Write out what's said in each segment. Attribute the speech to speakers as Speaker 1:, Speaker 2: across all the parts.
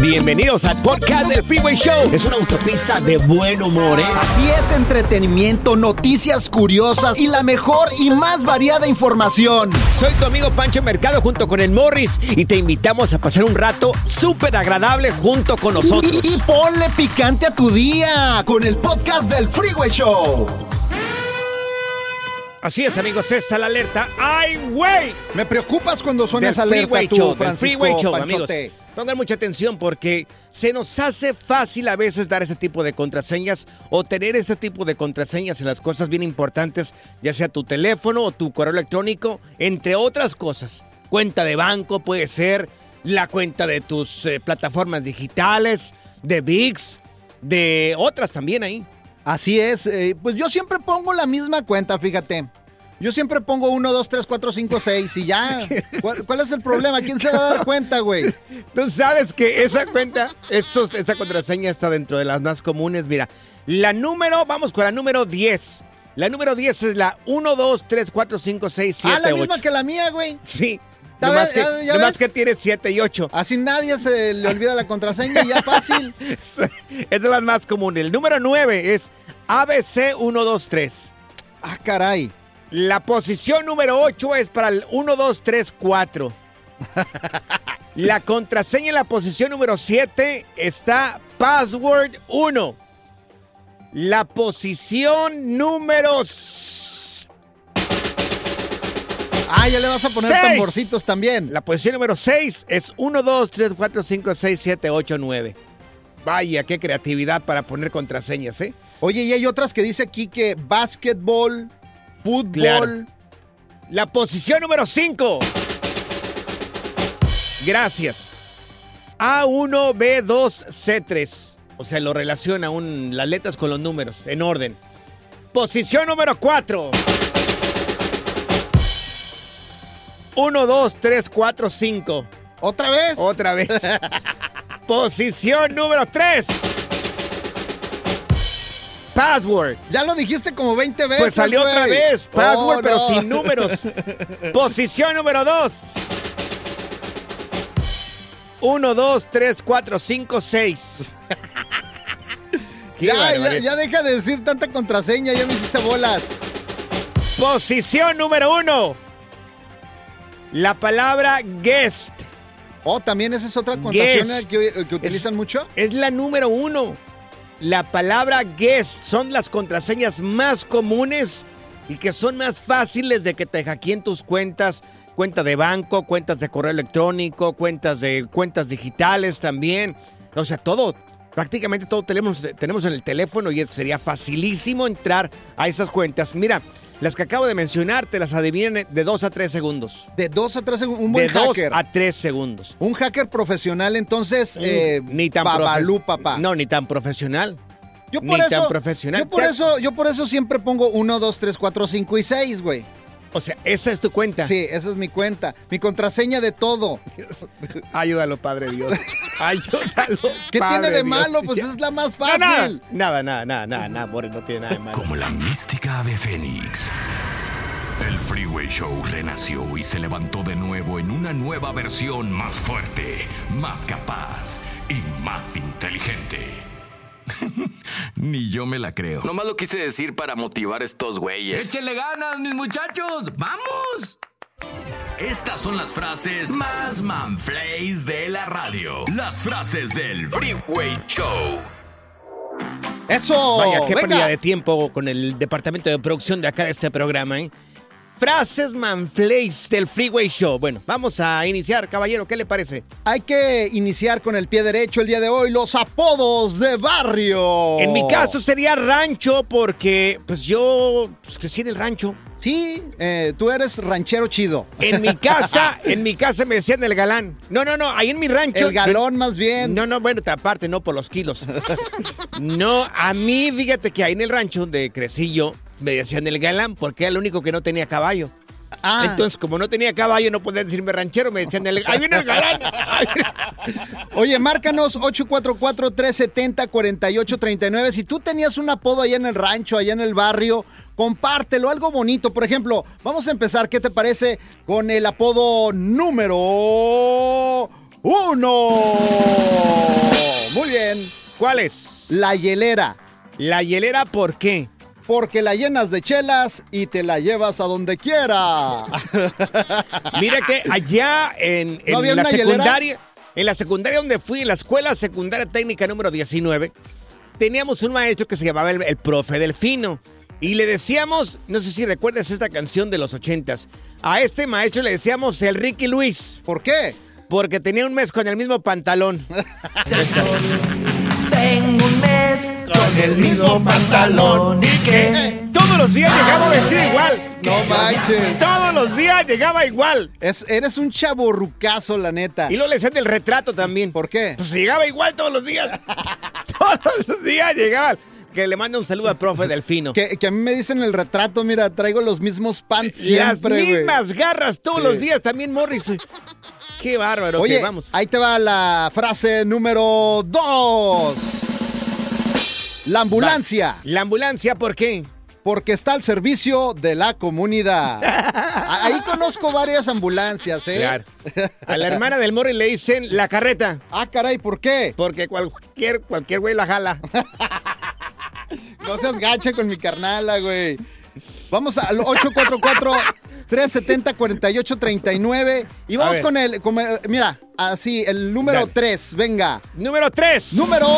Speaker 1: Bienvenidos al podcast del Freeway Show. Es una autopista de buen humor, ¿eh?
Speaker 2: Así es, entretenimiento, noticias curiosas y la mejor y más variada información.
Speaker 1: Soy tu amigo Pancho Mercado junto con el Morris y te invitamos a pasar un rato súper agradable junto con nosotros.
Speaker 2: Y, y ponle picante a tu día con el podcast del Freeway Show.
Speaker 1: Así es, amigos, esta es la alerta. ¡Ay, güey!
Speaker 2: Me preocupas cuando suena
Speaker 1: Del
Speaker 2: esa alerta
Speaker 1: Freeway
Speaker 2: tú,
Speaker 1: Show, del
Speaker 2: Francisco
Speaker 1: Freeway Show,
Speaker 2: Panchote.
Speaker 1: amigos. Pongan mucha atención porque se nos hace fácil a veces dar este tipo de contraseñas o tener este tipo de contraseñas en las cosas bien importantes, ya sea tu teléfono o tu correo electrónico, entre otras cosas. Cuenta de banco puede ser, la cuenta de tus eh, plataformas digitales, de VIX, de otras también ahí.
Speaker 2: Así es, eh, pues yo siempre pongo la misma cuenta, fíjate. Yo siempre pongo 1, 2, 3, 4, 5, 6 y ya. ¿Cuál, cuál es el problema? ¿Quién se va a dar cuenta, güey?
Speaker 1: Tú sabes que esa cuenta, esos, esa contraseña está dentro de las más comunes. Mira, la número, vamos con la número 10. La número 10 es la 1, 2, 3, 4, 5, 6, 7,
Speaker 2: Ah, la
Speaker 1: 8.
Speaker 2: misma que la mía, güey.
Speaker 1: Sí.
Speaker 2: Ya
Speaker 1: Nomás
Speaker 2: ves,
Speaker 1: que,
Speaker 2: ya- ya
Speaker 1: nomás
Speaker 2: ves.
Speaker 1: que tiene 7 y 8.
Speaker 2: Así nadie se le olvida la contraseña y ya fácil.
Speaker 1: Es es de las más comunes. El número 9 es ABC 1, 2, 3.
Speaker 2: Ah, caray.
Speaker 1: La posición número 8 es para el 1, 2, 3, 4. La contraseña en la posición número 7 está password 1. La posición número s-
Speaker 2: Ah, ya le vas a poner
Speaker 1: Seis.
Speaker 2: tamborcitos también.
Speaker 1: La posición número 6 es 1, 2, 3, 4, 5, 6, 7, 8, 9. Vaya, qué creatividad para poner contraseñas, ¿eh?
Speaker 2: Oye, y hay otras que dice aquí que básquetbol, fútbol.
Speaker 1: Claro. La posición número 5. Gracias. A1B2C3. O sea, lo relaciona un- las letras con los números, en orden. Posición número 4. 1, 2, 3, 4, 5.
Speaker 2: ¿Otra vez?
Speaker 1: Otra vez. Posición número 3. Password.
Speaker 2: ya lo dijiste como 20 veces.
Speaker 1: Pues salió otra
Speaker 2: güey.
Speaker 1: vez. Password,
Speaker 2: Oh,
Speaker 1: pero
Speaker 2: no.
Speaker 1: sin números. Posición número 2. 1, 2, 3, 4, 5, 6.
Speaker 2: Ya, ya, Oh, ya deja de decir tanta contraseña, ya me hiciste bolas.
Speaker 1: Posición número 1. La palabra guest
Speaker 2: Oh, también esa es otra contraseña
Speaker 1: Guest.
Speaker 2: que, que utilizan
Speaker 1: Es-
Speaker 2: mucho.
Speaker 1: es la número 1. La palabra guest son las contraseñas más comunes y que son más fáciles de que te hackeen tus cuentas, cuenta de banco, cuentas de correo electrónico, cuentas de cuentas digitales también. O sea, todo, prácticamente todo tenemos, tenemos en el teléfono y sería facilísimo entrar a esas cuentas. Mira, las que acabo de mencionar te las adivinan de 2 a 3 segundos.
Speaker 2: De dos a tres segundos. Un buen
Speaker 1: De 2
Speaker 2: hacker.
Speaker 1: a 3 segundos.
Speaker 2: Un hacker profesional, entonces. eh,
Speaker 1: Ni tan
Speaker 2: Babalú,
Speaker 1: profe-
Speaker 2: papá.
Speaker 1: No, ni tan profesional.
Speaker 2: Yo
Speaker 1: Ni
Speaker 2: por
Speaker 1: tan
Speaker 2: eso,
Speaker 1: profesional.
Speaker 2: Yo por,
Speaker 1: Te-
Speaker 2: eso, yo por eso siempre pongo 1, 2, 3, 4, 5 y 6, güey.
Speaker 1: O sea, esa es tu cuenta.
Speaker 2: Sí, esa es mi cuenta. Mi contraseña de todo.
Speaker 1: Ayúdalo, Padre Dios. Ayúdalo.
Speaker 2: ¿Qué
Speaker 1: Padre
Speaker 2: tiene de
Speaker 1: Dios.
Speaker 2: malo? Pues
Speaker 1: Ya.
Speaker 2: es la más
Speaker 1: No, nada,
Speaker 2: fácil.
Speaker 1: nada, nada, nada, nada, nada, Boris, no tiene nada de malo.
Speaker 3: Como la mística ave Fénix. El Freeway Show renació y se levantó de nuevo en una nueva versión más fuerte, más capaz y más inteligente. Ni yo me la creo.
Speaker 4: Nomás lo quise decir para motivar a estos güeyes.
Speaker 3: ¡Échenle ganas, mis muchachos! ¡Vamos! Estas son las frases más manflays de la radio. Las frases del Freeway Show.
Speaker 2: Eso.
Speaker 1: Vaya, qué
Speaker 2: venga.
Speaker 1: pérdida de tiempo con el departamento de producción de acá de este programa, ¿eh? Frases manflays del Freeway Show. Bueno, vamos a iniciar, caballero, ¿qué le parece?
Speaker 2: Hay que iniciar con el pie derecho el día de hoy, los apodos de barrio.
Speaker 1: En mi caso sería rancho porque, pues yo, pues crecí en el rancho.
Speaker 2: Sí, eh, tú eres ranchero chido.
Speaker 1: En mi casa, en mi casa me decían el galán. No, no, no, ahí en mi rancho.
Speaker 2: El galón más bien.
Speaker 1: No, no, bueno, te- aparte, no por los kilos. No, a mí, fíjate que ahí en el rancho donde crecí yo, me decían el galán porque era el único que no tenía caballo.
Speaker 2: Ah,
Speaker 1: Entonces, como no tenía caballo, no podían decirme ranchero, me decían el ¡Ahí viene el galán! Ahí viene-
Speaker 2: Oye, márcanos 844-370-4839. Si tú tenías un apodo allá en el rancho, allá en el barrio, compártelo, algo bonito. Por ejemplo, vamos a empezar, ¿qué te parece? Con el apodo número uno. Muy bien.
Speaker 1: ¿Cuál es?
Speaker 2: La hielera.
Speaker 1: La hielera, ¿por qué?
Speaker 2: Porque la llenas de chelas y te la llevas a donde quiera.
Speaker 1: Mira que allá en, en
Speaker 2: ¿No había
Speaker 1: la
Speaker 2: una hielera?
Speaker 1: secundaria, en la secundaria donde fui, en la escuela secundaria técnica número 19, teníamos un maestro que se llamaba el, el profe Delfino. Y le decíamos, no sé si recuerdas esta canción de los ochentas, a este maestro le decíamos el Ricky Luis,
Speaker 2: ¿Por qué?
Speaker 1: porque tenía un mes con el mismo pantalón.
Speaker 5: Tengo un mes con el mismo pantalón y que
Speaker 1: Todos los días llegaba vestido igual.
Speaker 2: Ah, No manches.
Speaker 1: Todos los días llegaba igual.
Speaker 2: Es- eres un chaborrucazo, la neta.
Speaker 1: Y luego le decían del retrato también.
Speaker 2: ¿Por qué?
Speaker 1: Pues llegaba igual todos los días. todos los días llegaba. Que le mando un saludo al profe Delfino.
Speaker 2: Que, que a mí me dicen en el retrato, mira, traigo los mismos pants
Speaker 1: Las
Speaker 2: siempre, güey.
Speaker 1: mismas garras todos
Speaker 2: Sí.
Speaker 1: los días también, Morris. Qué bárbaro.
Speaker 2: Oye,
Speaker 1: que vamos.
Speaker 2: ahí te va la frase número dos. La ambulancia,
Speaker 1: La ambulancia, ¿por qué?
Speaker 2: porque está al servicio de la comunidad. A- ahí conozco varias ambulancias, ¿eh?
Speaker 1: Claro. A la hermana del Morris le dicen la carreta.
Speaker 2: Ah, caray, ¿por qué?
Speaker 1: Porque cualquier, cualquier güey la jala.
Speaker 2: No seas gacha con mi carnala, güey. Vamos al 844-370-4839. Y
Speaker 1: A
Speaker 2: vamos
Speaker 1: ver.
Speaker 2: con el, con el- Mira, así, el número
Speaker 1: Dale.
Speaker 2: 3. Venga.
Speaker 1: Número 3.
Speaker 2: Número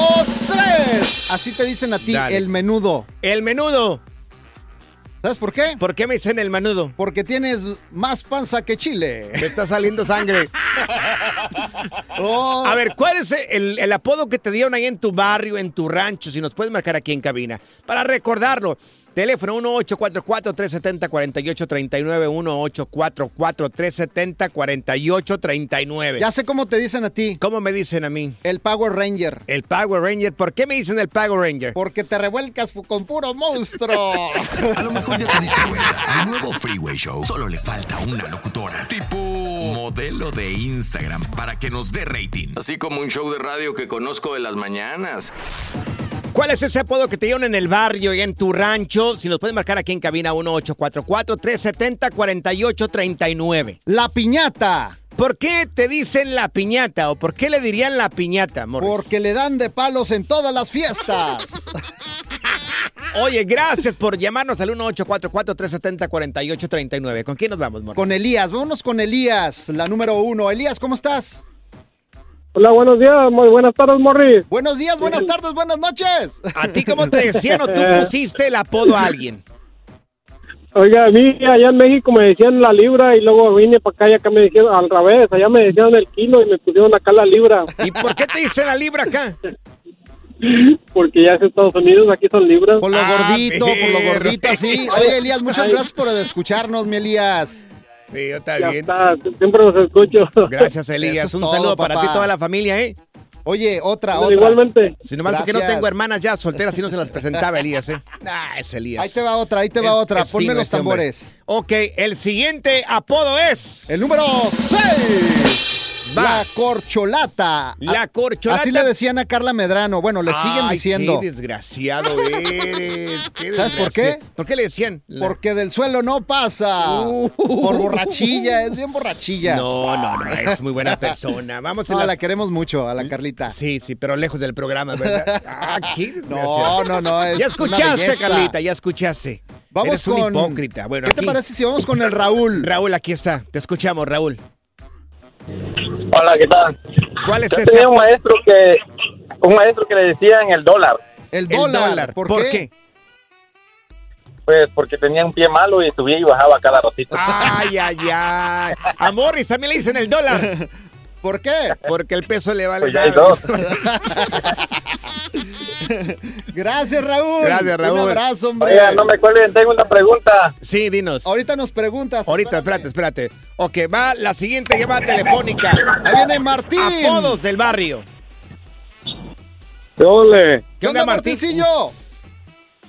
Speaker 2: 3. Así te dicen a ti,
Speaker 1: Dale.
Speaker 2: el menudo.
Speaker 1: El menudo.
Speaker 2: ¿Sabes por qué?
Speaker 1: ¿Por qué me dicen el menudo?
Speaker 2: Porque tienes más panza que chile.
Speaker 1: Me está saliendo sangre.
Speaker 2: Oh,
Speaker 1: A ver, ¿cuál es el, el apodo que te dieron ahí en tu barrio, en tu rancho? Si nos puedes marcar aquí en cabina. Para recordarlo, teléfono 1844-370-4839, 1844-370-4839.
Speaker 2: Ya sé cómo te dicen a ti,
Speaker 1: ¿Cómo me dicen a mí?
Speaker 2: el Power Ranger.
Speaker 1: El Power Ranger. ¿Por qué me dicen el Power Ranger?
Speaker 2: Porque te revuelcas pu- con puro monstruo.
Speaker 3: A lo mejor ya te diste cuenta. Al nuevo Freeway Show solo le falta una locutora. Tipo modelo de Instagram para que nos dé rating.
Speaker 4: Así como un show de radio que conozco de las mañanas.
Speaker 1: ¿Cuál es ese apodo que te dieron en el barrio y en tu rancho? Si nos puedes marcar aquí en cabina 1844-370-4839.
Speaker 2: La piñata.
Speaker 1: ¿Por qué te dicen la piñata o por qué le dirían la piñata, Morris?
Speaker 2: Porque le dan de palos en todas las fiestas.
Speaker 1: Oye, gracias por llamarnos al 1844-370-4839. ¿Con quién nos vamos, Morris?
Speaker 2: Con Elías, vámonos con Elías, la número uno. Elías, ¿cómo estás?
Speaker 6: Hola, buenos días, muy buenas tardes, Morris.
Speaker 2: Buenos días, buenas tardes, buenas noches.
Speaker 1: ¿A ti cómo te decían o tú pusiste el apodo a alguien?
Speaker 6: Oiga, a mí allá en México me decían la libra y luego vine para acá y acá me dijeron al revés, allá me decían el kilo y me pusieron acá la libra,
Speaker 1: ¿Y por qué te dicen la libra acá?
Speaker 6: porque ya es Estados Unidos, aquí son libras.
Speaker 2: Por lo
Speaker 1: Ah,
Speaker 2: gordito, por lo
Speaker 1: perro.
Speaker 2: gordito, sí. Oye, Elías, muchas gracias por escucharnos, mi Elías.
Speaker 1: Sí, yo
Speaker 6: Ya está, siempre los escucho.
Speaker 1: Gracias,
Speaker 2: Eso
Speaker 1: Elías.
Speaker 2: es
Speaker 1: Un
Speaker 2: todo,
Speaker 1: saludo para ti
Speaker 2: papá.
Speaker 1: y toda la familia, ¿eh?
Speaker 2: Oye, otra,
Speaker 6: Ándale,
Speaker 2: otra.
Speaker 6: igualmente.
Speaker 1: Sin nomás porque no
Speaker 2: Gracias.
Speaker 1: tengo hermanas ya solteras y no se las presentaba Elías, ¿eh? Ah, es Elías.
Speaker 2: Ahí te va otra, ahí te va
Speaker 1: Es-
Speaker 2: otra.
Speaker 1: es
Speaker 2: Ponme
Speaker 1: fino
Speaker 2: los
Speaker 1: este hombre.
Speaker 2: tambores.
Speaker 1: Ok, el siguiente apodo es.
Speaker 2: El número 6.
Speaker 1: Va.
Speaker 2: La corcholata.
Speaker 1: La
Speaker 2: A-
Speaker 1: corcholata.
Speaker 2: Así le decían a Carla Medrano. Bueno, le siguen
Speaker 1: Ay,
Speaker 2: diciendo.
Speaker 1: Qué desgraciado eres. qué
Speaker 2: ¿Sabes por qué?
Speaker 1: desgraciado. ¿Por qué le decían? La- Uh.
Speaker 2: Porque del suelo no pasa. Por borrachilla, es bien borrachilla.
Speaker 1: No, no, no, es muy buena persona. Vamos a
Speaker 2: No,
Speaker 1: la
Speaker 2: la queremos mucho, a la Carlita.
Speaker 1: Sí, sí, pero lejos del programa, ¿verdad? Ah, qué
Speaker 2: No,
Speaker 1: desgraciado.
Speaker 2: no, no. es
Speaker 1: ya
Speaker 2: una
Speaker 1: escuchaste,
Speaker 2: belleza.
Speaker 1: Carlita, ya escuchaste.
Speaker 2: Vamos
Speaker 1: Eres un
Speaker 2: con-
Speaker 1: hipócrita. Bueno,
Speaker 2: ¿Qué te
Speaker 1: aquí-
Speaker 2: parece si vamos con el Raúl?
Speaker 1: Raúl, aquí está. Te escuchamos, Raúl.
Speaker 6: Hola, ¿qué tal?
Speaker 1: ¿Cuál es
Speaker 6: Yo
Speaker 1: ese?
Speaker 6: tenía un maestro que un maestro que le decían el dólar,
Speaker 2: El
Speaker 1: El
Speaker 2: dólar. ¿Por, qué?
Speaker 6: pues porque tenía un pie malo y subía y bajaba cada ratito.
Speaker 2: Ah,
Speaker 1: Ay, ay, ay. A Morris también le dicen el dólar.
Speaker 2: ¿Por qué?
Speaker 1: Porque el peso le vale
Speaker 6: Pues ya hay
Speaker 1: madre.
Speaker 6: dos.
Speaker 2: Gracias, Raúl.
Speaker 1: Gracias, Raúl.
Speaker 2: Un abrazo, hombre.
Speaker 6: Oiga, no me cuelguen, tengo una pregunta.
Speaker 1: Sí, dinos.
Speaker 2: Ahorita nos preguntas.
Speaker 1: Ahorita, espérate, espérate. Ok, va la siguiente llamada telefónica.
Speaker 2: Ahí viene Martín.
Speaker 1: Apodos del barrio.
Speaker 6: Ole,
Speaker 2: ¿Qué onda, Martincillo?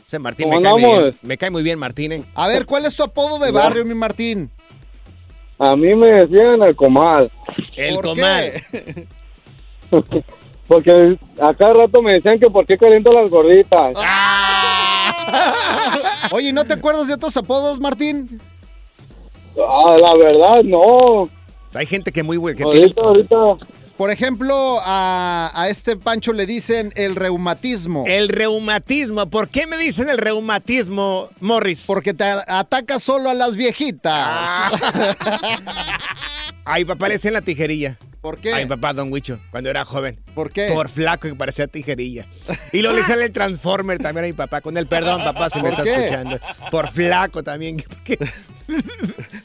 Speaker 1: Ese Martín me
Speaker 6: ¿Cómo
Speaker 1: cae muy bien.
Speaker 6: andamos?
Speaker 1: Me cae muy bien, Martín. ¿eh?
Speaker 2: A ver, ¿cuál es tu apodo de barrio, mi Martín?
Speaker 6: a mí me decían el comal,
Speaker 1: El
Speaker 2: ¿Por
Speaker 1: comal.
Speaker 2: qué?
Speaker 6: porque a cada rato me decían que por qué caliento las gorditas.
Speaker 7: Ah.
Speaker 2: Oye, ¿no te acuerdas de otros apodos, Martín?
Speaker 6: Ah, la verdad, no.
Speaker 1: Hay gente que muy güey. que tiene-
Speaker 6: Ahorita, ahorita.
Speaker 2: Por ejemplo, a, a este Pancho le dicen el reumatismo.
Speaker 1: El reumatismo. ¿Por qué me dicen el reumatismo, Morris?
Speaker 2: Porque te a- ataca solo a las viejitas.
Speaker 1: Ah. Ay, papá le decían la tijerilla.
Speaker 2: ¿Por qué?
Speaker 1: Ay, papá, Don Huicho, cuando era joven.
Speaker 2: ¿Por qué?
Speaker 1: Por flaco que parecía tijerilla. Y lo le sale el Transformer también a mi papá. Con el perdón, papá, si me
Speaker 2: ¿Por
Speaker 1: está
Speaker 2: qué?
Speaker 1: escuchando. Por flaco también. ¿Qué- qué?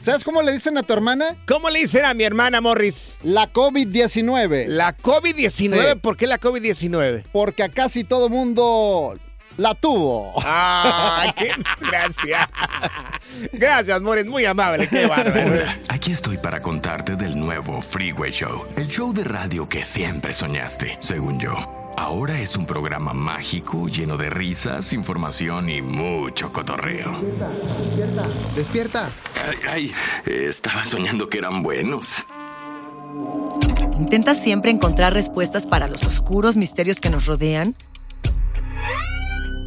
Speaker 2: ¿Sabes cómo le dicen a tu hermana?
Speaker 1: ¿Cómo le dicen a mi hermana Morris?
Speaker 2: La COVID-19.
Speaker 1: La COVID-19.
Speaker 2: Sí.
Speaker 1: ¿Por qué la COVID-19?
Speaker 2: Porque a casi todo mundo la tuvo.
Speaker 1: ¡Ah! ¡Qué gracias! Gracias, Morris. Muy amable. ¡Qué bárbaro!
Speaker 3: Hola, aquí estoy para contarte del nuevo Freeway Show, el show de radio que siempre soñaste, según yo. Ahora es un programa mágico lleno de risas, información y mucho cotorreo.
Speaker 2: Despierta.
Speaker 3: Ay, ay, estaba soñando que eran buenos.
Speaker 8: ¿Intentas siempre encontrar respuestas para los oscuros misterios que nos rodean?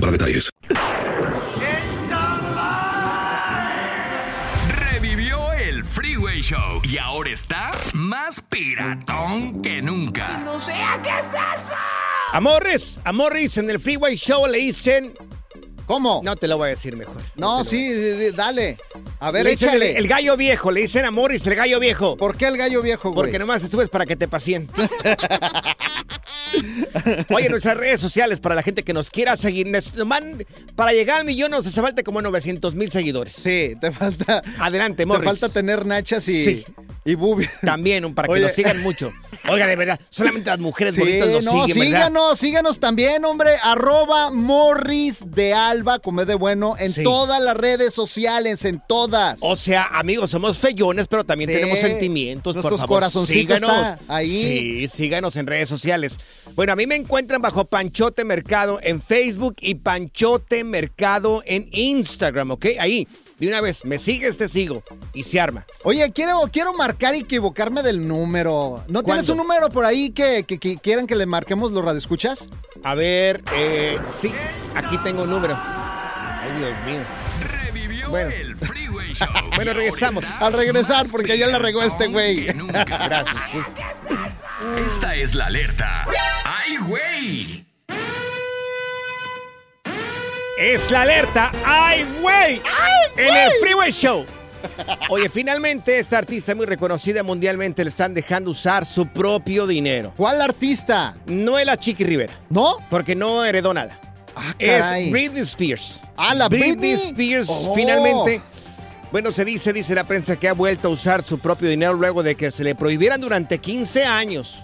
Speaker 9: para detalles.
Speaker 3: Revivió el Freeway Show y ahora está más piratón que nunca.
Speaker 1: A Morris, a Morris en el Freeway Show le dicen
Speaker 2: ¿Cómo?
Speaker 1: No te lo voy a decir mejor.
Speaker 2: No, sí, di- di- dale. A ver,
Speaker 1: Le dicen
Speaker 2: échale.
Speaker 1: El, el gallo viejo, le dicen a Morris el gallo viejo.
Speaker 2: ¿Por qué el gallo viejo, güey?
Speaker 1: Porque nomás te subes para que te pacien. Oye, nuestras redes sociales para la gente que nos quiera seguir. nes- nomás para llegar al millón nos hace falta como 900 mil seguidores.
Speaker 2: Sí, te falta.
Speaker 1: Adelante,
Speaker 2: Te
Speaker 1: Morris.
Speaker 2: falta tener nachas y,
Speaker 1: Sí.
Speaker 2: y boobies.
Speaker 1: También, un para que
Speaker 2: Oye.
Speaker 1: nos sigan mucho. Oiga, de verdad, solamente las mujeres
Speaker 2: Sí,
Speaker 1: bonitas nos
Speaker 2: no,
Speaker 1: siguen, ¿verdad?
Speaker 2: síganos, síganos también, hombre. Arroba Morris de Alba, come de bueno, en
Speaker 1: Sí.
Speaker 2: todas las redes sociales, en todas.
Speaker 1: O sea, amigos, somos feyones, pero también
Speaker 2: Sí.
Speaker 1: tenemos sentimientos.
Speaker 2: Nuestros
Speaker 1: por favor,
Speaker 2: corazoncitos
Speaker 1: síganos.
Speaker 2: está ahí.
Speaker 1: Sí, síganos en redes sociales. Bueno, a mí me encuentran bajo Panchote Mercado en Facebook y Panchote Mercado en Instagram, ¿ok? Ahí, de una vez, me sigues, te sigo y se arma.
Speaker 2: Oye, quiero, quiero marcar y equivocarme del número. ¿No tienes
Speaker 1: ¿Cuándo?
Speaker 2: un número por ahí que, que- que quieran que le marquemos los radioescuchas?
Speaker 1: A ver, eh, sí, aquí tengo un número. Ay, Dios mío. Bueno. bueno, regresamos.
Speaker 2: Al regresar, porque ya la regó este güey.
Speaker 1: Gracias.
Speaker 3: Esta es la alerta. ¡Ay, güey!
Speaker 1: Es la alerta. ¡Ay, güey! En el Freeway Show. Oye, finalmente esta artista muy reconocida mundialmente le están dejando usar su propio dinero.
Speaker 2: ¿Cuál artista?
Speaker 1: No es la Chiqui Rivera.
Speaker 2: ¿No? Ah,
Speaker 1: Porque no heredó nada.
Speaker 2: caray.
Speaker 1: Ah, es Britney Spears.
Speaker 2: Ah, la Britney.
Speaker 1: Spears
Speaker 2: Oh.
Speaker 1: finalmente. Bueno, se dice, dice la prensa, que ha vuelto a usar su propio dinero luego de que se le prohibieran durante 15 años.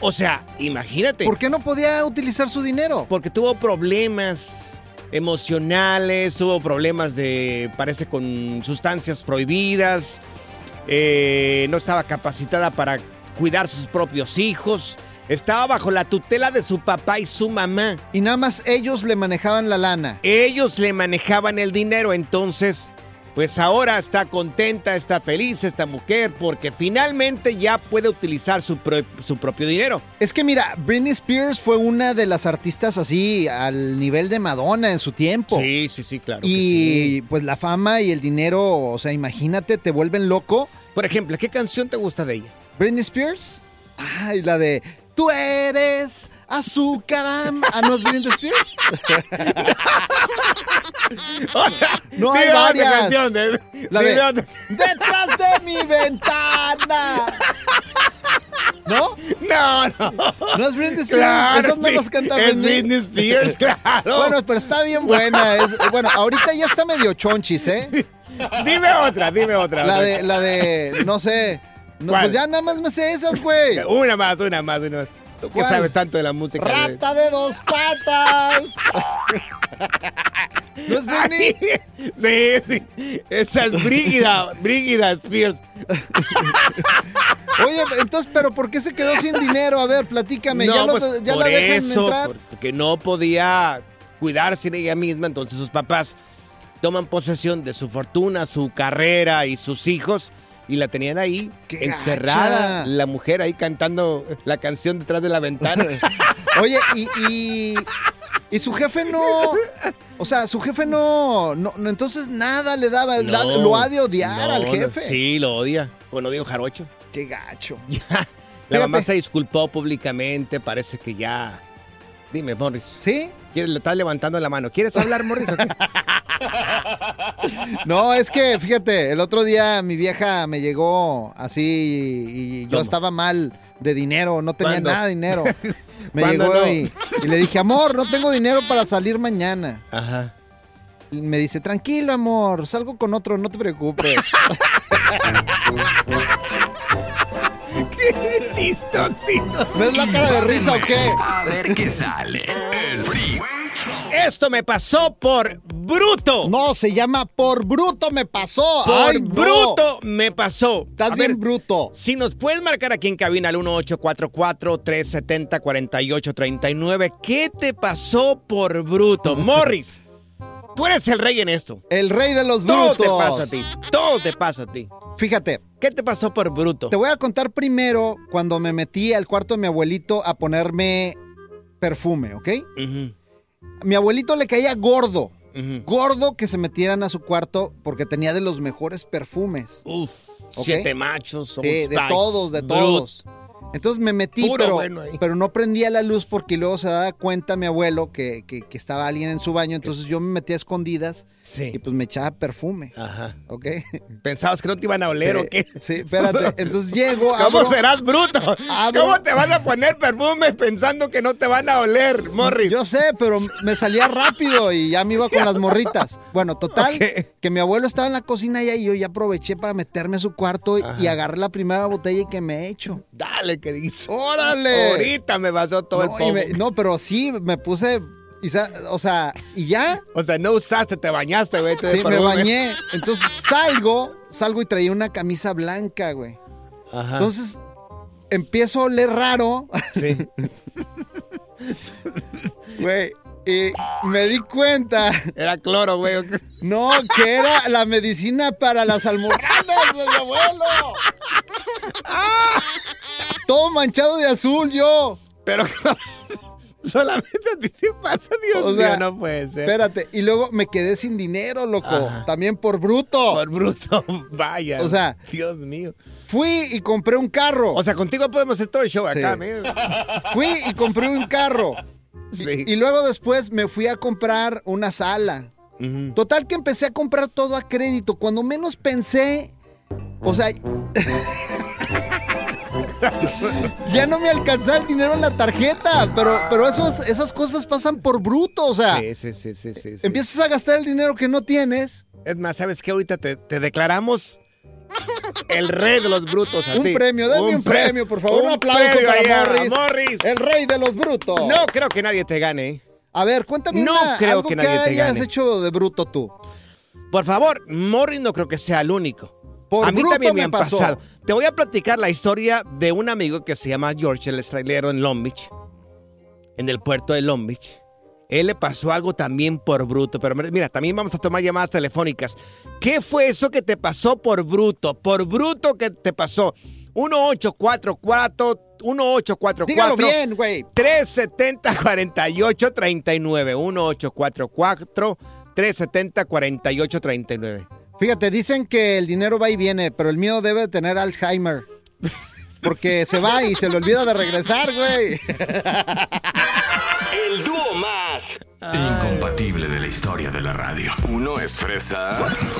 Speaker 1: O sea, imagínate
Speaker 2: ¿Por qué no podía utilizar su dinero?
Speaker 1: porque tuvo problemas emocionales, tuvo problemas de, parece, con sustancias prohibidas, eh, no estaba capacitada para cuidar sus propios hijos, estaba bajo la tutela de su papá y su mamá.
Speaker 2: Y nada más ellos le manejaban la lana.
Speaker 1: Ellos le manejaban el dinero, entonces, pues ahora está contenta, está feliz esta mujer, porque finalmente ya puede utilizar su, pro- su propio dinero.
Speaker 2: Es que mira, Britney Spears fue una de las artistas así al nivel de Madonna en su tiempo.
Speaker 1: Sí, sí, sí, claro. que sí.
Speaker 2: y pues la fama y el dinero, o sea, imagínate, te vuelven loco.
Speaker 1: Por ejemplo, ¿qué canción te gusta de ella?
Speaker 2: Britney Spears. Ay, la de Tú eres azúcar. am-". Ah, no es Britney Spears. No hay
Speaker 1: Dime otra
Speaker 2: varias.
Speaker 1: canción, de-
Speaker 2: La
Speaker 1: dime
Speaker 2: de
Speaker 1: otra.
Speaker 2: Detrás de mi ventana. ¿No?
Speaker 1: No, no.
Speaker 2: No es Britney Spears.
Speaker 1: Claro,
Speaker 2: Esas no
Speaker 1: sí.
Speaker 2: las canta
Speaker 1: Es
Speaker 2: Britney.
Speaker 1: Britney Spears, claro.
Speaker 2: Bueno, pero está bien buena. es- bueno, ahorita ya está medio chonchis, ¿eh?
Speaker 1: dime otra, dime otra.
Speaker 2: La
Speaker 1: otra.
Speaker 2: de, la de, no sé. No,
Speaker 1: ¿Cuál?
Speaker 2: pues ya nada más me sé esas, güey.
Speaker 1: Una más, una más, una más. ¿Tú qué
Speaker 2: ¿Cuál?
Speaker 1: sabes tanto de la música? de-
Speaker 2: Rata de dos patas. ¿No es Britney?
Speaker 1: Sí, sí. Esa es Brígida, Brígida Spears.
Speaker 2: Oye, entonces, ¿pero por qué se quedó sin dinero? A ver, platícame. ¿Ya, lo-
Speaker 1: pues,
Speaker 2: ya
Speaker 1: por
Speaker 2: la dejan
Speaker 1: eso,
Speaker 2: entrar?
Speaker 1: Porque no podía cuidarse de ella misma, entonces sus papás toman posesión de su fortuna, su carrera y sus hijos. Y la tenían ahí,
Speaker 2: ¡Qué
Speaker 1: encerrada,
Speaker 2: gacha!
Speaker 1: la mujer ahí cantando la canción detrás de la ventana.
Speaker 2: Oye, y, y, y su jefe no... O sea, su jefe no... no, no, entonces nada le daba. la-
Speaker 1: No,
Speaker 2: lo ha de odiar
Speaker 1: no,
Speaker 2: al
Speaker 1: no,
Speaker 2: jefe.
Speaker 1: sí, lo odia. Con odio jarocho.
Speaker 2: Qué gacho.
Speaker 1: La mamá
Speaker 2: Fíjate.
Speaker 1: se disculpó públicamente, parece que ya. Dime, Morris.
Speaker 2: ¿Sí?
Speaker 1: ¿Quieres, le estás levantando la mano. ¿Quieres hablar, Morris? o qué?
Speaker 2: No, es que, fíjate, el otro día mi vieja me llegó así y, y yo
Speaker 1: ¿Cómo?
Speaker 2: estaba mal de dinero, no tenía
Speaker 1: ¿Cuándo?
Speaker 2: nada de dinero. Me
Speaker 1: ¿Cuándo
Speaker 2: llegó
Speaker 1: no?
Speaker 2: y, y le dije, amor, no tengo dinero para salir mañana.
Speaker 1: Ajá.
Speaker 2: Y me dice, tranquilo, amor, salgo con otro, no te preocupes.
Speaker 1: ¡Qué chistosito!
Speaker 2: ¿Ves la cara de risa o qué?
Speaker 3: A ver qué sale. El Freeway Show.
Speaker 1: Esto me pasó por bruto.
Speaker 2: No, se llama por bruto me pasó.
Speaker 1: por
Speaker 2: Ay, no.
Speaker 1: bruto me pasó.
Speaker 2: Estás
Speaker 1: A
Speaker 2: bien
Speaker 1: ver,
Speaker 2: bruto.
Speaker 1: Si nos puedes marcar aquí en cabina al 1844-370-4839, ¿qué te pasó por bruto? Morris, tú eres el rey en esto.
Speaker 2: El rey de los
Speaker 1: Todo
Speaker 2: brutos.
Speaker 1: te pasa a ti. Todo te pasa a ti.
Speaker 2: Fíjate,
Speaker 1: ¿Qué te pasó por bruto?
Speaker 2: Te voy a contar primero cuando me metí al cuarto de mi abuelito a ponerme perfume, ¿ok?
Speaker 1: Ujú,
Speaker 2: A mi abuelito le caía gordo.
Speaker 1: ujú.
Speaker 2: Gordo que se metieran a su cuarto porque tenía de los mejores perfumes.
Speaker 1: Uf,
Speaker 2: Ok.
Speaker 1: siete machos, somos
Speaker 2: Sí, de
Speaker 1: Spice,
Speaker 2: todos, de
Speaker 1: Brut.
Speaker 2: todos. Entonces me metí,
Speaker 1: Puro
Speaker 2: pero,
Speaker 1: bueno ahí.
Speaker 2: pero no prendía la luz porque luego se daba cuenta mi abuelo que, que- que estaba alguien en su baño. Entonces yo me metí a escondidas y pues me echaba perfume.
Speaker 1: Ajá.
Speaker 2: ¿Ok?
Speaker 1: ¿Pensabas que no te iban a oler o Ah. qué?
Speaker 2: Sí, espérate. Entonces llego.
Speaker 1: ¿Cómo
Speaker 2: abro-
Speaker 1: serás bruto? ¿Cómo te vas a poner perfume pensando que no te van a oler, Morris?
Speaker 2: Yo sé, pero me salía rápido y ya me iba con las morritas. Bueno, total, que mi abuelo estaba en la cocina ya y yo ya aproveché para meterme a su cuarto y- y agarré la primera botella y que me he hecho.
Speaker 1: Dale, que dices.
Speaker 2: ¡Órale!
Speaker 1: Ahorita me pasó todo
Speaker 2: No,
Speaker 1: el
Speaker 2: y
Speaker 1: pomo.
Speaker 2: me- no, pero sí, me puse. y sa- o sea, y ya.
Speaker 1: O sea, no usaste, te bañaste, güey. te
Speaker 2: Sí, me
Speaker 1: perfume.
Speaker 2: bañé. Entonces salgo, salgo y traía una camisa blanca, güey.
Speaker 1: Ajá.
Speaker 2: Entonces empiezo a oler raro.
Speaker 1: Sí.
Speaker 2: Güey, y me di cuenta.
Speaker 1: Era cloro, güey.
Speaker 2: No, que era la medicina para las almorranas de mi abuelo. ¡Ah! Todo manchado de azul, yo.
Speaker 1: Pero solamente a ti te pasa, Dios mío, no puede ser.
Speaker 2: Espérate, y luego me quedé sin dinero, loco.
Speaker 1: Ajá.
Speaker 2: También por bruto.
Speaker 1: Por bruto, vaya.
Speaker 2: O sea,
Speaker 1: Dios mío.
Speaker 2: Fui y compré un carro.
Speaker 1: O sea, contigo podemos hacer todo el show acá,
Speaker 2: Sí.
Speaker 1: amigo.
Speaker 2: Fui y compré un carro. Y- Y, luego después me fui a comprar una sala. Total que empecé a comprar todo a crédito. Cuando menos pensé, o sea, ya no me alcanzaba el dinero en la tarjeta. Pero, pero esos- esas cosas pasan por bruto. O sea,
Speaker 1: Sí, sí, sí, sí, sí. sí.
Speaker 2: empiezas a gastar el dinero que no tienes.
Speaker 1: Es más, ¿sabes qué? Ahorita te, te declaramos el rey de los brutos. a
Speaker 2: Un
Speaker 1: ti.
Speaker 2: premio, dame un,
Speaker 1: pre-
Speaker 2: premio, por favor. Un, aplauso
Speaker 1: premio ahí a
Speaker 2: para Morris,
Speaker 1: Morris.
Speaker 2: El rey de los brutos.
Speaker 1: No creo que nadie te gane. ¿eh?
Speaker 2: A ver, cuéntame
Speaker 1: No
Speaker 2: una-
Speaker 1: creo
Speaker 2: algo
Speaker 1: que nadie te
Speaker 2: hayas
Speaker 1: gane.
Speaker 2: hecho de bruto tú.
Speaker 1: Por favor, Morris no creo que sea el único.
Speaker 2: Por
Speaker 1: a mí
Speaker 2: bruto
Speaker 1: también me
Speaker 2: me
Speaker 1: han
Speaker 2: pasó.
Speaker 1: pasado. Te voy a platicar la historia de un amigo que se llama George, el estrailero en Long Beach, en el puerto de Long Beach. Él le pasó algo también por bruto, pero mira, también vamos a tomar llamadas telefónicas. ¿Qué fue eso que te pasó por bruto? Por bruto que te pasó. 1844 1844
Speaker 2: Dígalo bien, güey.
Speaker 1: 370 48 39 1844 370 48 39
Speaker 2: Fíjate, dicen que el dinero va y viene, pero el mío debe tener Alzheimer. Porque se va y se le olvida de regresar, güey.
Speaker 3: El dúo más.
Speaker 4: Incompatible de la historia de la radio. Uno es fresa.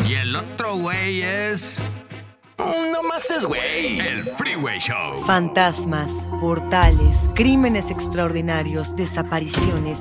Speaker 3: Y el otro güey es. No más es güey. El Freeway Show.
Speaker 8: Fantasmas, portales, crímenes extraordinarios, desapariciones,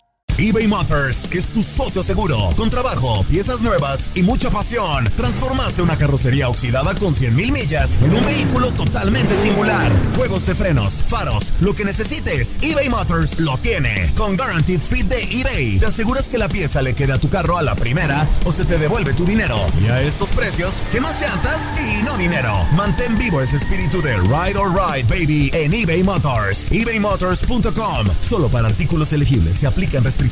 Speaker 10: eBay Motors es tu socio seguro. Con trabajo, piezas nuevas y mucha pasión, transformaste una carrocería oxidada con 100.000 millas en un vehículo totalmente singular. Juegos de frenos, faros, lo que necesites, eBay Motors lo tiene. Con Guaranteed Fit de eBay, te aseguras que la pieza le quede a tu carro a la primera o se te devuelve tu dinero. Y a estos precios, ¿qué más llantas y no dinero? Mantén vivo ese espíritu de Ride or Ride, baby, en eBay Motors. ebaymotors.com. Solo para artículos elegibles se aplican restricciones.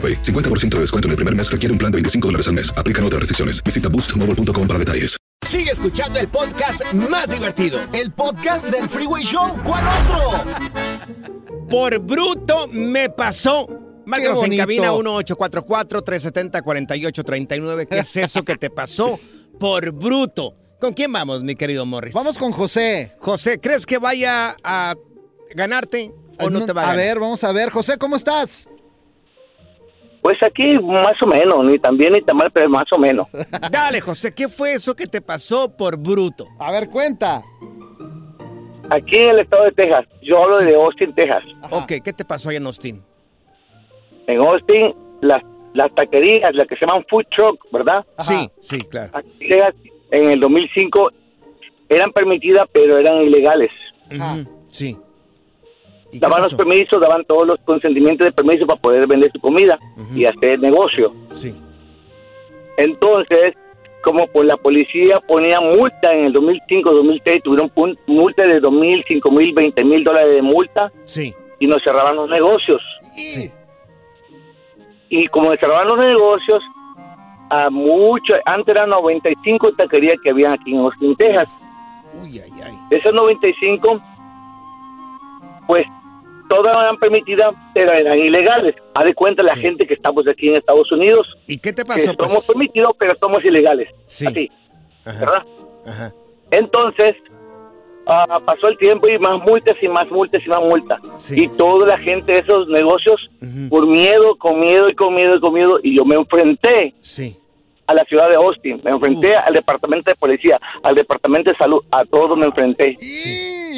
Speaker 9: 50% de descuento en el primer mes requiere un plan de 25 dólares al mes. Aplican otras restricciones. Visita boostmobile.com para detalles.
Speaker 1: Sigue escuchando el podcast más divertido. El podcast del Freeway Show. ¿Cuál otro? Por bruto me pasó. Márcanos en
Speaker 2: bonito.
Speaker 1: cabina 1844-370-4839. ¿Qué es eso que te pasó? por bruto. ¿Con quién vamos, mi querido Morris?
Speaker 2: Vamos con José.
Speaker 1: José, ¿crees que vaya a ganarte o no, te va a
Speaker 2: A
Speaker 1: ganar?
Speaker 2: ver, vamos a ver. José, ¿cómo estás?
Speaker 7: Pues aquí más o menos, ni tan bien ni tan mal, pero más o menos.
Speaker 1: Dale, José, ¿qué fue eso que te pasó por bruto?
Speaker 2: A ver, cuenta.
Speaker 7: Aquí en el estado de Texas, yo hablo de Austin, Texas.
Speaker 1: Ok, ¿qué te pasó ahí en Austin?
Speaker 7: En Austin, las, las taquerías, las que se llaman food truck, ¿verdad?
Speaker 1: Sí, sí, claro.
Speaker 7: Aquí en Texas, en el 2005 eran permitidas, pero eran ilegales.
Speaker 1: Ujú, Sí.
Speaker 7: Daban los permisos, daban todos los consentimientos de permiso para poder vender su comida y hacer negocio.
Speaker 1: Sí.
Speaker 7: Entonces, como por la policía ponía multa en el 2005-2006, tuvieron pun- multa de 2.000, 5.000, 20.000 dólares de multa
Speaker 1: Sí.
Speaker 7: y nos cerraban los negocios. Y como nos cerraban los negocios, a mucho, antes eran 95 taquerías que había aquí en Austin, Texas. De esos 95, pues todas eran permitidas, pero eran ilegales. Haz de cuenta la gente que estamos aquí en Estados Unidos.
Speaker 1: ¿Y qué te pues?
Speaker 7: pasó? Que somos permitidos, pero somos ilegales. Así, ¿verdad?
Speaker 1: Ajá.
Speaker 7: Entonces, ah, pasó el tiempo y más multas y más multas y más multas. Y toda la gente de esos negocios, por miedo, con miedo y con miedo y con miedo, y yo me enfrenté
Speaker 1: Sí.
Speaker 7: a la ciudad de Austin, me enfrenté al departamento de policía, al departamento de salud, a todo me enfrenté.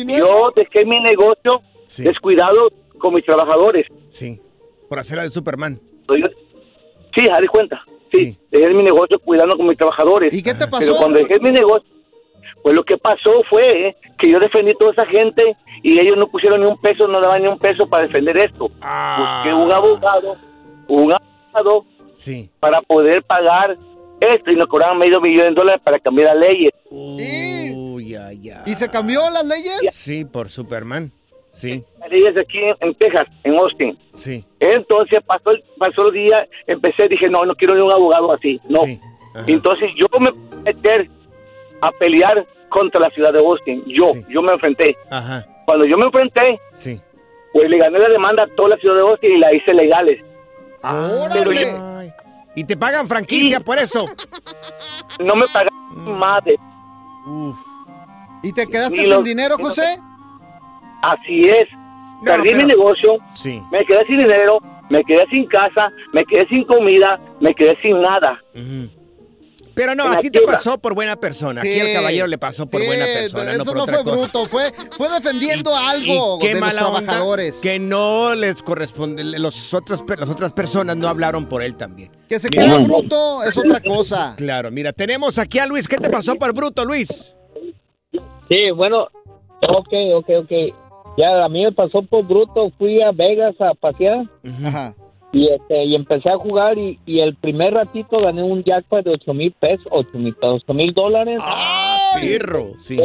Speaker 7: Yo dejé mi negocio descuidado con mis trabajadores.
Speaker 1: Sí. Por hacer la de Superman.
Speaker 7: Yo- sí, haz de cuenta. Sí, dejé mi negocio cuidando con mis trabajadores. ¿Y qué te
Speaker 2: pasó?
Speaker 7: Pero cuando dejé mi negocio, pues lo que pasó fue eh, que yo defendí a toda esa gente y ellos no pusieron ni un peso, no daban ni un peso para defender esto.
Speaker 2: Ah.
Speaker 7: Busqué
Speaker 1: Ah.
Speaker 7: un abogado, un abogado
Speaker 1: Sí.
Speaker 7: para poder pagar esto y nos cobraban medio millón de dólares para cambiar las leyes.
Speaker 1: Uy, ay, ay.
Speaker 2: ¿Y se cambió las leyes?
Speaker 1: Sí, por Superman. Sí,
Speaker 7: Las leyes aquí en, en Texas, en Austin.
Speaker 1: sí.
Speaker 7: Entonces pasó el, pasó el día, empecé, dije, no, no quiero ni un abogado así, no. Entonces yo me voy a meter a pelear contra la ciudad de Austin. Yo, yo me enfrenté.
Speaker 1: Ajá.
Speaker 7: Cuando yo me enfrenté,
Speaker 1: Sí.
Speaker 7: pues le gané la demanda a toda la ciudad de Austin y la hice legales.
Speaker 1: ¡Órale! ¿Y te pagan franquicia por eso?
Speaker 7: No me
Speaker 11: Mm.
Speaker 7: pagaron madre.
Speaker 2: ¿Y te quedaste
Speaker 7: Ni
Speaker 2: sin
Speaker 7: los-
Speaker 2: dinero,
Speaker 7: ni los-
Speaker 2: José?
Speaker 7: Así es. Perdí mi negocio, me quedé sin dinero, me quedé sin casa, me quedé sin comida, me quedé sin nada.
Speaker 1: Pero no,
Speaker 7: En la
Speaker 1: aquí te
Speaker 7: quiebra.
Speaker 1: pasó por buena persona. Aquí
Speaker 2: Sí.
Speaker 1: el caballero le pasó por
Speaker 2: Sí,
Speaker 1: buena persona. No
Speaker 2: Eso
Speaker 1: por
Speaker 2: no
Speaker 1: otra
Speaker 2: fue
Speaker 1: cosa.
Speaker 2: bruto, fue, fue defendiendo algo
Speaker 1: Y qué
Speaker 2: de los
Speaker 1: mala onda
Speaker 2: trabajadores.
Speaker 1: que no les corresponde, los otros, per- las otras personas no hablaron por él también.
Speaker 2: Que se
Speaker 1: Mira.
Speaker 2: crea bruto es otra cosa.
Speaker 1: Claro, mira, tenemos aquí a Luis. ¿Qué te pasó por bruto, Luis?
Speaker 12: Sí, bueno, ok, ok, ok. Ya a mí me pasó por bruto, fui a Vegas a pasear
Speaker 2: Ajá.
Speaker 12: y este y empecé a jugar y, y el primer ratito gané un jackpot de ocho mil pesos, ocho mil ocho mil dólares. ¡Ah,
Speaker 1: pirro! Sí.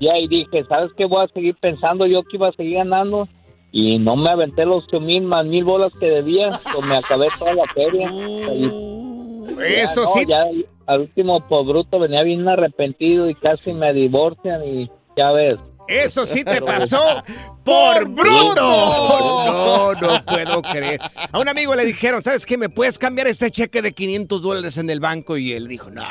Speaker 12: y ahí dije, ¿sabes qué? Voy a seguir pensando yo que iba a seguir ganando y no me aventé los ocho mil más mil bolas que debía, pues me acabé toda la feria.
Speaker 1: Uh, Eso
Speaker 12: sí. Ya al último por bruto venía bien arrepentido y casi me divorcian y ya ves.
Speaker 1: Eso sí te pasó por bruto. No, no puedo creer. A un amigo le dijeron, ¿sabes qué? ¿Me puedes cambiar este cheque de 500 dólares en el banco? Y él dijo, no.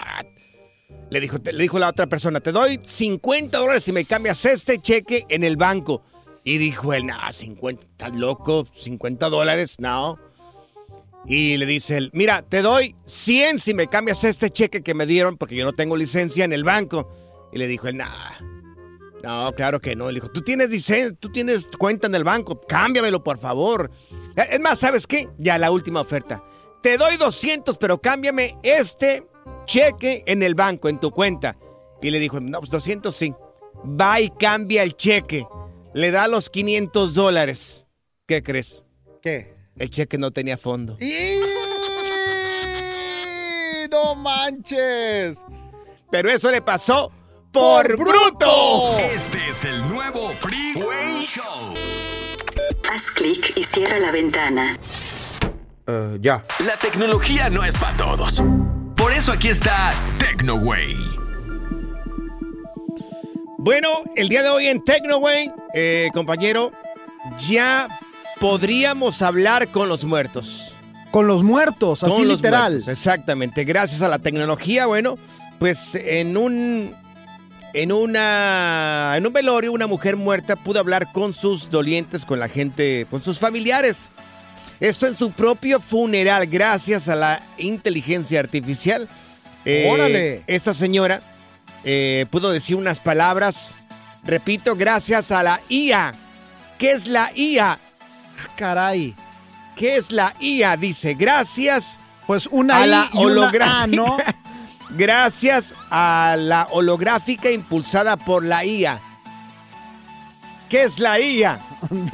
Speaker 1: Le dijo, te- le dijo la otra persona, te doy 50 dólares si me cambias este cheque en el banco. Y dijo él, no, 50, estás loco, 50 dólares, no. Y le dice él, mira, te doy 100 si me cambias este cheque que me dieron porque yo no tengo licencia en el banco. Y le dijo él, nah, no, claro que no. Le dijo, tú tienes licen- tú tienes cuenta en el banco, cámbiamelo por favor. E, Es más, ¿sabes qué? Ya la última oferta. Te doy 200, pero cámbiame este cheque en el banco, en tu cuenta. Y le dijo, no, pues 200 sí. Va y cambia el cheque. Le da los 500 dólares. ¿Qué crees?
Speaker 2: ¿Qué?
Speaker 1: El cheque no tenía fondo.
Speaker 2: ¡Y- ¡No manches!
Speaker 1: Pero eso le pasó por, bruto.
Speaker 3: Este es el nuevo Freeway Show.
Speaker 13: Haz clic y cierra la ventana.
Speaker 1: ya.
Speaker 3: La tecnología no es para todos. Por eso aquí está TecnoWay.
Speaker 1: Bueno, el día de hoy en Tecnoway, eh, compañero, ya podríamos hablar con los muertos.
Speaker 2: Con los muertos, así
Speaker 1: Con los
Speaker 2: literal.
Speaker 1: muertos, exactamente. Gracias a la tecnología, bueno, pues en un en una en un velorio una mujer muerta pudo hablar con sus dolientes, con la gente, con sus familiares. Esto en su propio funeral gracias a la inteligencia artificial. Eh,
Speaker 2: ¡Órale!
Speaker 1: Esta señora eh, pudo decir unas palabras. Repito, gracias a la IA. ¿Qué es la IA?
Speaker 2: Ah, Caray.
Speaker 1: ¿Qué es la IA? Dice, gracias.
Speaker 2: Pues una
Speaker 1: a
Speaker 2: I
Speaker 1: la
Speaker 2: y una
Speaker 1: holográfica.
Speaker 2: A, ¿no?
Speaker 1: Gracias a la holográfica impulsada por la IA. ¿Qué es la IA?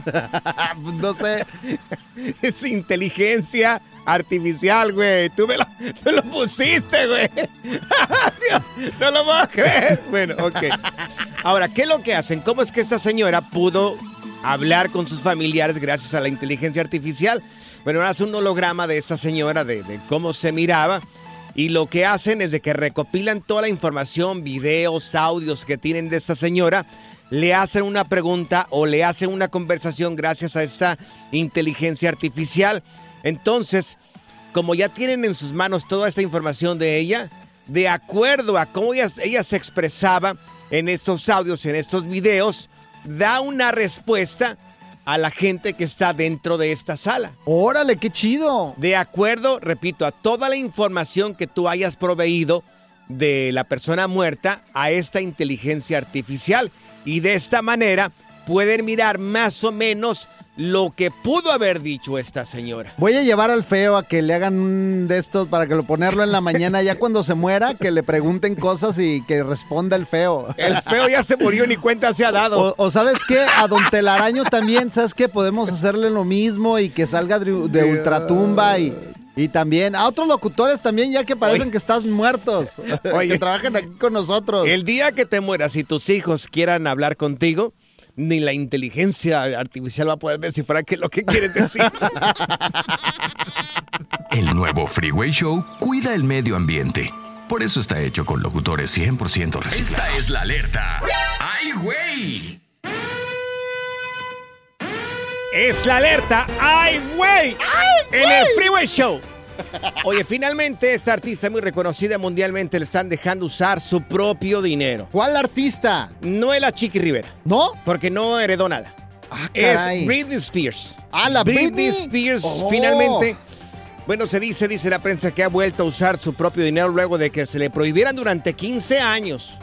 Speaker 2: Pues no sé.
Speaker 1: Es inteligencia artificial, güey. Tú me lo, tú lo pusiste, güey. no lo vas a creer. Bueno, ok. Ahora, ¿qué es lo que hacen? ¿Cómo es que esta señora pudo hablar con sus familiares gracias a la inteligencia artificial? Bueno, hace un holograma de esta señora, de, de cómo se miraba. Y lo que hacen es de que recopilan toda la información, videos, audios que tienen de esta señora, le hacen una pregunta o le hacen una conversación gracias a esta inteligencia artificial. Entonces, como ya tienen en sus manos toda esta información de ella, de acuerdo a cómo ella, ella se expresaba en estos audios, en estos videos, da una respuesta a la gente que está dentro de esta sala.
Speaker 2: Órale, qué chido.
Speaker 1: De acuerdo, repito, a toda la información que tú hayas proveído de la persona muerta a esta inteligencia artificial. Y de esta manera pueden mirar más o menos lo que pudo haber dicho esta señora.
Speaker 2: Voy a llevar al feo a que le hagan un de estos para que lo ponerlo en la mañana ya cuando se muera, que le pregunten cosas y que responda el feo.
Speaker 1: El feo ya se murió, ni cuenta se ha
Speaker 2: O,
Speaker 1: dado.
Speaker 2: o sabes qué, a Don Telaraño también, ¿sabes qué? Podemos hacerle lo mismo y que salga de, de ultratumba y, y también a otros locutores también, ya que parecen que están muertos,
Speaker 1: Oye.
Speaker 2: que trabajan aquí con nosotros.
Speaker 1: El día que te mueras y tus hijos quieran hablar contigo, ni la inteligencia artificial va a poder descifrar qué es lo que quieres decir.
Speaker 3: El nuevo Freeway Show cuida el medio ambiente. Por eso está hecho con locutores 100% reciclados. Esta es la alerta. ¡Ay, güey!
Speaker 1: Es la alerta. ¡Ay, güey! En el Freeway Show. Oye, finalmente esta artista muy reconocida mundialmente le están dejando usar su propio dinero.
Speaker 2: ¿Cuál artista?
Speaker 1: No es la Chiqui Rivera.
Speaker 2: ¿No? Ah,
Speaker 1: Porque no heredó nada.
Speaker 2: caray.
Speaker 1: es Britney Spears.
Speaker 2: Ah, la Britney.
Speaker 1: Spears
Speaker 2: Oh.
Speaker 1: finalmente. Bueno, se dice, dice la prensa, que ha vuelto a usar su propio dinero luego de que se le prohibieran durante 15 años.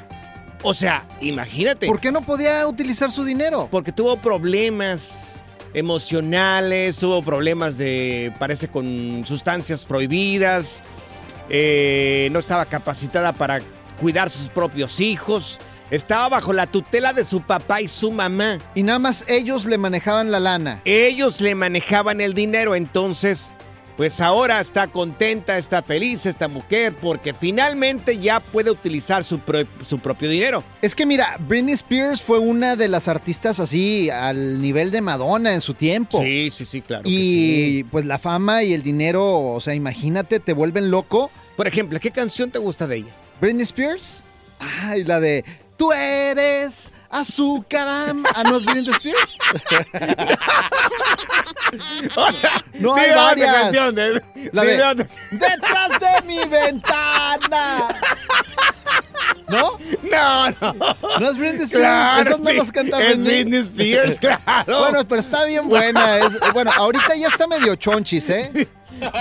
Speaker 1: O sea, imagínate.
Speaker 2: ¿Por qué no podía utilizar su dinero?
Speaker 1: Porque tuvo problemas emocionales, tuvo problemas de, parece, con sustancias prohibidas, eh, no estaba capacitada para cuidar sus propios hijos, estaba bajo la tutela de su papá y su mamá.
Speaker 2: Y nada más ellos le manejaban la lana.
Speaker 1: Ellos le manejaban el dinero, entonces, pues ahora está contenta, está feliz esta mujer, porque finalmente ya puede utilizar su, pro- su propio dinero.
Speaker 2: Es que mira, Britney Spears fue una de las artistas así al nivel de Madonna en su tiempo.
Speaker 1: Sí, sí, sí, claro. que sí.
Speaker 2: Oh. y pues la fama y el dinero, o sea, imagínate, te vuelven loco.
Speaker 1: Por ejemplo, ¿qué canción te gusta de ella?
Speaker 2: Britney Spears. Ay, la de Tú eres azúcar. am-". Ah, no es Britney Spears. No hay
Speaker 1: Dime otra
Speaker 2: varias.
Speaker 1: canción de-
Speaker 2: La
Speaker 1: dime
Speaker 2: de
Speaker 1: otra.
Speaker 2: Detrás de mi ventana. ¿No?
Speaker 1: No, no.
Speaker 2: No es Britney Spears.
Speaker 1: Claro,
Speaker 2: Esas no
Speaker 1: sí.
Speaker 2: las canta
Speaker 1: Es
Speaker 2: Britney.
Speaker 1: Britney Spears, claro.
Speaker 2: Bueno, pero está bien buena. es- bueno, ahorita ya está medio chonchis, ¿eh?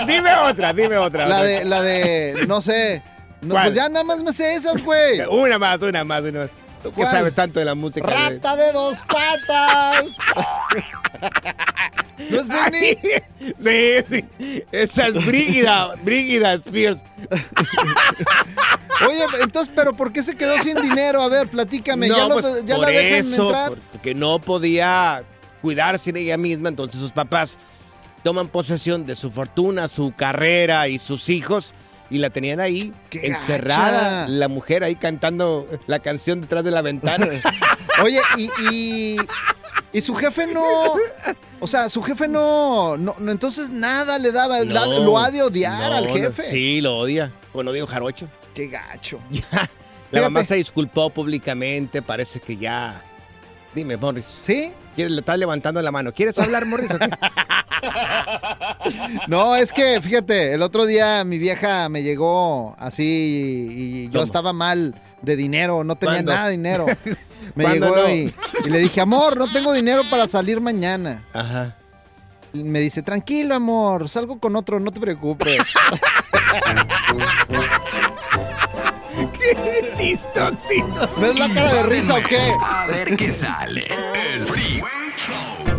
Speaker 1: Dime otra, dime otra.
Speaker 2: La
Speaker 1: otra.
Speaker 2: de, la de, no sé. No,
Speaker 1: ¿Cuál?
Speaker 2: pues ya nada más me sé esas, güey.
Speaker 1: Una más, una más, una más. ¿Tú qué
Speaker 2: ¿Cuál?
Speaker 1: sabes tanto de la música? güey?
Speaker 2: Rata de dos patas. ¿No es Britney?
Speaker 1: Sí, sí. Esa es Brígida, Brígida Spears.
Speaker 2: Oye, entonces, ¿pero por qué se quedó sin dinero? A ver, platícame. ya
Speaker 1: No,
Speaker 2: lo-
Speaker 1: pues,
Speaker 2: ya
Speaker 1: por
Speaker 2: la dejan
Speaker 1: eso,
Speaker 2: entrar.
Speaker 1: porque no podía cuidarse de ella misma, entonces sus papás toman posesión de su fortuna, su carrera y sus hijos y la tenían ahí
Speaker 2: ¡Qué
Speaker 1: encerrada
Speaker 2: gacha!
Speaker 1: la mujer ahí cantando la canción detrás de la ventana.
Speaker 2: Oye, y, y, y su jefe no. O sea, su jefe no. no, no, entonces nada le daba. la-
Speaker 1: No,
Speaker 2: lo ha de odiar
Speaker 1: no,
Speaker 2: al
Speaker 1: no,
Speaker 2: jefe.
Speaker 1: sí, lo odia. Con odio jarocho.
Speaker 2: Qué gacho.
Speaker 1: La mamá
Speaker 2: Fíjate.
Speaker 1: se disculpó públicamente, parece que ya. Dime, Morris.
Speaker 2: ¿Sí?
Speaker 1: Quieres- Le estás levantando la mano. ¿Quieres hablar, Morris? o qué?
Speaker 2: No, es que fíjate, el otro día mi vieja me llegó así y yo
Speaker 1: ¿Cómo?
Speaker 2: estaba mal de dinero, no tenía
Speaker 1: ¿Cuándo?
Speaker 2: nada de dinero. Me
Speaker 1: ¿Cuándo
Speaker 2: llegó
Speaker 1: no?
Speaker 2: y, y le dije, amor, no tengo dinero para salir mañana.
Speaker 1: Ajá.
Speaker 2: Y Me dice, tranquilo, amor, salgo con otro, no te preocupes.
Speaker 5: ¡Qué chistosito!
Speaker 2: ¿No es la cara de risa o qué?
Speaker 3: A ver qué sale. El Freeway Show.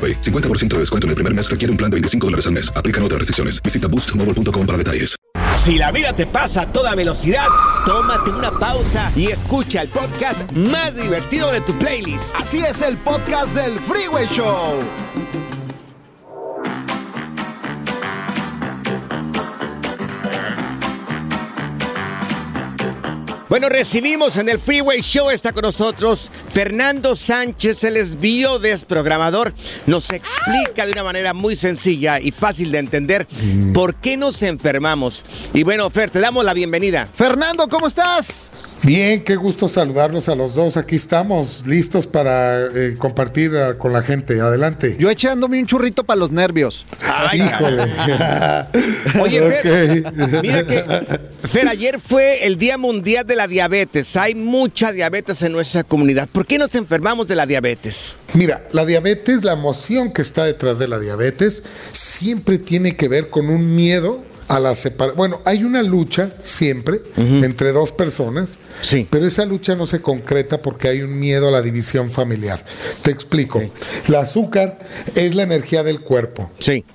Speaker 9: 50% de descuento en el primer mes requiere un plan de 25 dólares al mes. Aplican otras restricciones. Visita boostmobile.com para detalles.
Speaker 1: Si la vida te pasa a toda velocidad, tómate una pausa y escucha el podcast más divertido de tu playlist.
Speaker 2: Así es el podcast del Freeway Show.
Speaker 1: Bueno, recibimos en el Freeway Show, está con nosotros Fernando Sánchez, él es biodesprogramador. Nos explica de una manera muy sencilla y fácil de entender por qué nos enfermamos. Y bueno, Fer, te damos la bienvenida.
Speaker 2: Fernando, ¿cómo estás?
Speaker 11: Bien, qué gusto saludarlos a los dos. Aquí estamos, listos para eh, compartir ah, con la gente. Adelante.
Speaker 2: Yo echándome un churrito para los nervios.
Speaker 11: Híjole.
Speaker 1: Oye, Fer,
Speaker 11: Ok.
Speaker 1: mira que Fer, ayer fue el Día Mundial de la Diabetes. Hay mucha diabetes en nuestra comunidad. ¿Por qué nos enfermamos de la diabetes?
Speaker 11: Mira, la diabetes, la emoción que está detrás de la diabetes, siempre tiene que ver con un miedo a la separación. Bueno, hay una lucha siempre entre dos personas, pero esa lucha no se concreta porque hay un miedo a la división familiar. Te explico. El azúcar es la energía del cuerpo.
Speaker 1: Sí.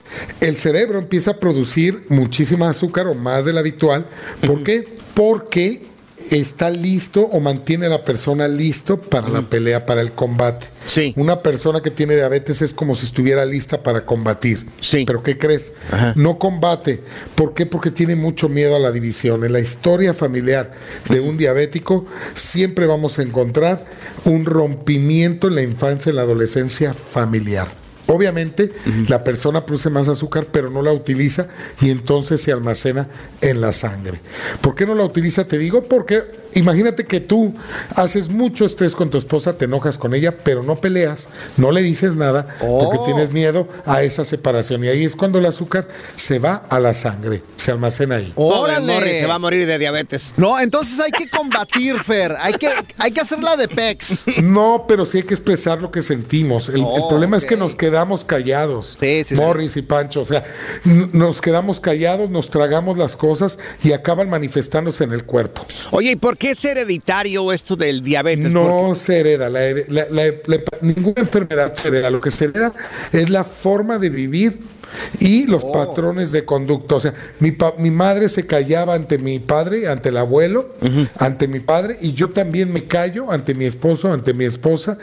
Speaker 11: El cerebro empieza a producir muchísima azúcar o más de la habitual. ¿Por qué? Porque está listo o mantiene a la persona listo para la pelea, para el combate.
Speaker 1: Sí.
Speaker 11: Una persona que tiene diabetes es como si estuviera lista para combatir. Sí. Pero ¿qué crees? No combate. ¿Por qué? Porque tiene mucho miedo a la división. En la historia familiar de un diabético siempre vamos a encontrar un rompimiento en la infancia, en la adolescencia familiar. Obviamente la persona produce más azúcar pero no la utiliza y entonces se almacena en la sangre. ¿Por qué no la utiliza? Te digo porque imagínate que tú haces mucho estrés con tu esposa, te enojas con ella, pero no peleas, no le dices nada porque tienes miedo a esa separación y ahí es cuando el azúcar se va a la sangre, se almacena ahí.
Speaker 1: Pobre Morris se va a morir de diabetes.
Speaker 2: No, entonces hay que combatir, Fer. Hay que, hay que hacerla de pex.
Speaker 11: No, pero sí hay que expresar lo que sentimos. El, el
Speaker 2: Oh,
Speaker 11: problema es que
Speaker 2: ok.
Speaker 11: nos quedamos callados.
Speaker 2: sí.
Speaker 11: Morris y Pancho, o sea, n- nos quedamos callados, nos tragamos las cosas y acaban manifestándose en el cuerpo.
Speaker 1: Oye, ¿y por qué es hereditario esto del diabetes?
Speaker 11: No se hereda, la here- la- la- la- ninguna enfermedad se hereda. Lo que se hereda es la forma de vivir y
Speaker 1: Oh.
Speaker 11: los patrones de conducta. O sea, mi, pa- mi madre se callaba ante mi padre, ante el abuelo, ante mi padre, y yo también me callo ante mi esposo, ante mi esposa,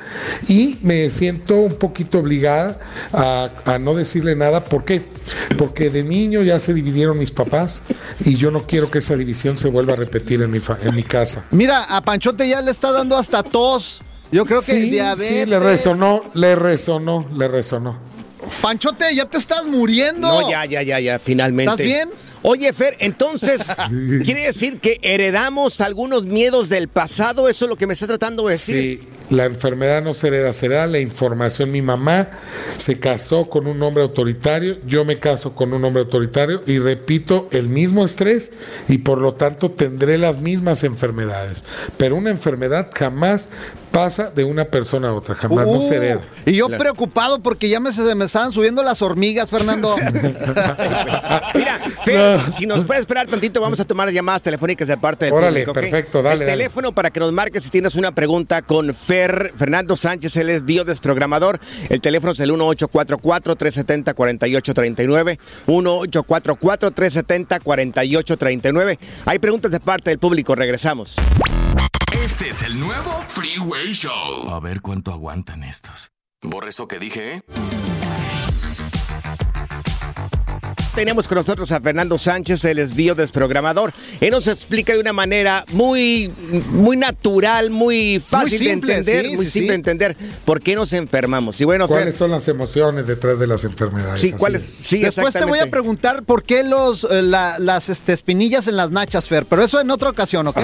Speaker 11: y me siento un poquito obligada a, a no decirle nada. ¿Por qué? Porque de niño ya se dividieron mis papás y yo no quiero que esa división se vuelva a repetir en mi, fa- en mi casa.
Speaker 2: Mira, a Panchote ya le está dando hasta tos. Yo creo que
Speaker 11: Sí,
Speaker 2: el diabetes.
Speaker 11: sí, le resonó, le resonó, le resonó.
Speaker 2: Panchote, ya te estás muriendo.
Speaker 1: No, ya, ya, ya, ya, finalmente.
Speaker 2: ¿Estás bien?
Speaker 1: Oye, Fer, entonces, ¿quiere decir que heredamos algunos miedos del pasado? ¿Eso es lo que me está tratando de decir?
Speaker 11: Sí, la enfermedad no se hereda, se hereda la información. Mi mamá se casó con un hombre autoritario, yo me caso con un hombre autoritario y repito el mismo estrés y por lo tanto tendré las mismas enfermedades. Pero una enfermedad jamás pasa de una persona a otra, jamás no se hereda.
Speaker 2: Uh, Y yo preocupado porque ya me, se me estaban subiendo las hormigas, Fernando.
Speaker 1: Fer, si nos puede esperar tantito, vamos a tomar llamadas telefónicas de parte del
Speaker 11: Órale,
Speaker 1: público, ¿ok?
Speaker 11: perfecto, dale,
Speaker 1: El
Speaker 11: dale.
Speaker 1: teléfono para que nos marques si tienes una pregunta con Fer, Fernando Sánchez, él es biodesprogramador. El teléfono es el 1844-370-4839, 1844-370-4839. Hay preguntas de parte del público, regresamos.
Speaker 4: Este es el nuevo Freeway Show. A ver cuánto aguantan estos. Borre eso que dije, ¿eh?
Speaker 1: Tenemos con nosotros a Fernando Sánchez, el desvío desprogramador. Él nos explica de una manera muy, muy natural, muy fácil
Speaker 2: simple,
Speaker 1: de entender,
Speaker 2: sí,
Speaker 1: muy
Speaker 2: sí,
Speaker 1: simple de
Speaker 2: sí.
Speaker 1: entender por qué nos enfermamos. Y bueno,
Speaker 11: ¿Cuáles
Speaker 1: Fer,
Speaker 11: son las emociones detrás de las enfermedades?
Speaker 1: Sí,
Speaker 11: Así
Speaker 1: ¿cuáles?
Speaker 11: es.
Speaker 1: Sí,
Speaker 2: Después te voy a preguntar por qué los, eh, la- las este, espinillas en las nachas, Fer, pero eso en otra ocasión, ¿ok?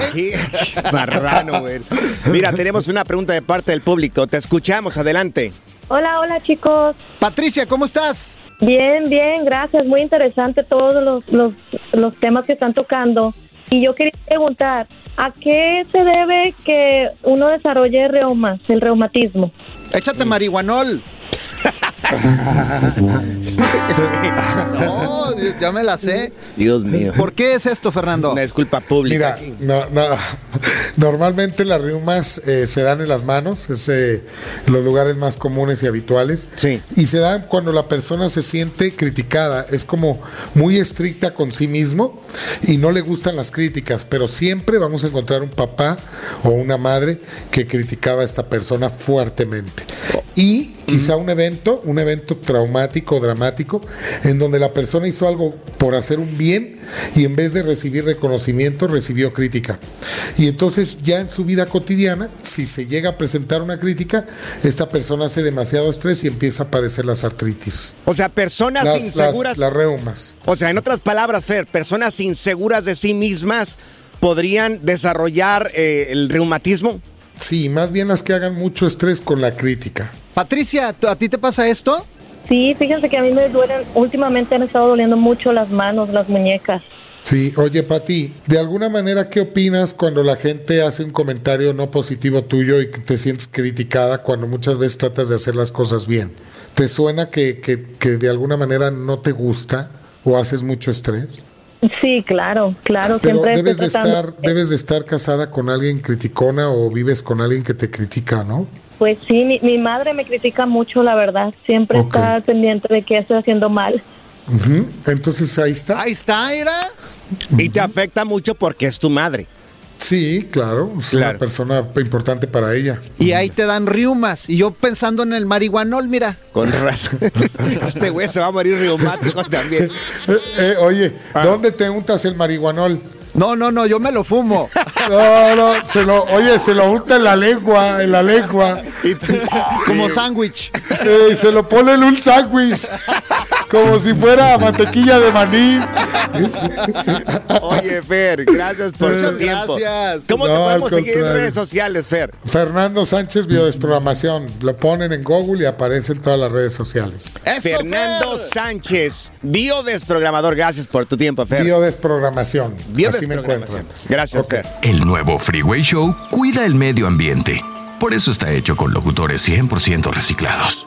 Speaker 1: Marrano, güey. Mira, tenemos una pregunta de parte del público. Te escuchamos, adelante.
Speaker 14: Hola, hola chicos.
Speaker 2: Patricia, ¿cómo estás?
Speaker 14: Bien, bien, gracias. Muy interesante todos los, los, los temas que están tocando. Y yo quería preguntar, ¿a qué se debe que uno desarrolle reumas, el reumatismo?
Speaker 1: Mm.
Speaker 2: Échate marihuanol. no, ya me la sé.
Speaker 1: Dios mío.
Speaker 2: ¿Por qué es esto, Fernando? Una
Speaker 1: disculpa pública.
Speaker 11: Mira, no, no, normalmente las riumas eh, se dan en las manos, es eh, los lugares más comunes y habituales.
Speaker 1: Sí.
Speaker 11: Y se dan cuando la persona se siente criticada, es como muy estricta con sí mismo y no le gustan las críticas, pero siempre vamos a encontrar un papá o una madre que criticaba a esta persona fuertemente. Y quizá un evento, un evento traumático, dramático, en donde la persona hizo algo por hacer un bien y en vez de recibir reconocimiento, recibió crítica. Y entonces ya en su vida cotidiana, si se llega a presentar una crítica, esta persona hace demasiado estrés y empieza a aparecer las artritis.
Speaker 1: O sea, personas
Speaker 11: Las-
Speaker 1: inseguras.
Speaker 11: las- las reumas.
Speaker 1: O sea, en otras palabras, Fer, personas inseguras de sí mismas podrían desarrollar eh, el reumatismo.
Speaker 11: Sí, más bien las que hagan mucho estrés con la crítica.
Speaker 2: Patricia, ¿tú- ¿a ti te pasa esto?
Speaker 14: Sí, fíjense que a mí me duelen, últimamente me han estado doliendo mucho las manos, las muñecas.
Speaker 11: Sí, oye Pati, de alguna manera, ¿qué opinas cuando la gente hace un comentario no positivo tuyo y que te sientes criticada cuando muchas veces tratas de hacer las cosas bien? ¿Te suena que, que- que de alguna manera no te gusta o haces mucho estrés?
Speaker 14: Sí, claro, claro,
Speaker 11: Pero
Speaker 14: siempre
Speaker 11: debes de,
Speaker 14: estoy tratando-
Speaker 11: estar, debes de estar casada con alguien criticona o vives con alguien que te critica, ¿no?
Speaker 14: Pues sí, mi, mi madre me critica mucho, la verdad. Siempre está pendiente de que estoy haciendo mal.
Speaker 11: Ujú, Entonces ahí está.
Speaker 2: Ahí está, era.
Speaker 1: Y te afecta mucho porque es tu madre.
Speaker 11: Sí, claro, es una persona importante para ella.
Speaker 2: Y ahí te dan riumas. Y yo pensando en el marihuanol, mira.
Speaker 1: Con razón. este güey se va a morir reumático también.
Speaker 11: Eh, eh, oye, ¿dónde te untas el marihuanol?
Speaker 2: Ah. No, no, no, yo me lo fumo.
Speaker 11: No, no, se lo, oye, se lo unta en la lengua, en la lengua.
Speaker 2: Como sándwich.
Speaker 11: Eh, se lo pone en un sándwich. Como si fuera mantequilla de maní.
Speaker 1: Oye, Fer, gracias por
Speaker 11: Muchas
Speaker 1: tu tiempo.
Speaker 11: gracias.
Speaker 1: ¿Cómo
Speaker 11: No,
Speaker 1: te podemos
Speaker 11: al
Speaker 1: seguir en
Speaker 11: contrario.
Speaker 1: redes sociales, Fer?
Speaker 11: Fernando Sánchez Biodesprogramación. Lo ponen en Google y aparece en todas las redes sociales.
Speaker 1: Fernando Sánchez, biodesprogramador. Gracias por tu tiempo, Fer.
Speaker 11: Biodesprogramación. Así me
Speaker 1: Biodesprogramación.
Speaker 11: encuentran.
Speaker 1: Gracias, Fer.
Speaker 3: El nuevo Freeway Show cuida el medio ambiente. Por eso está hecho con locutores 100% reciclados.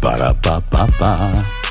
Speaker 15: Para pa pa pa.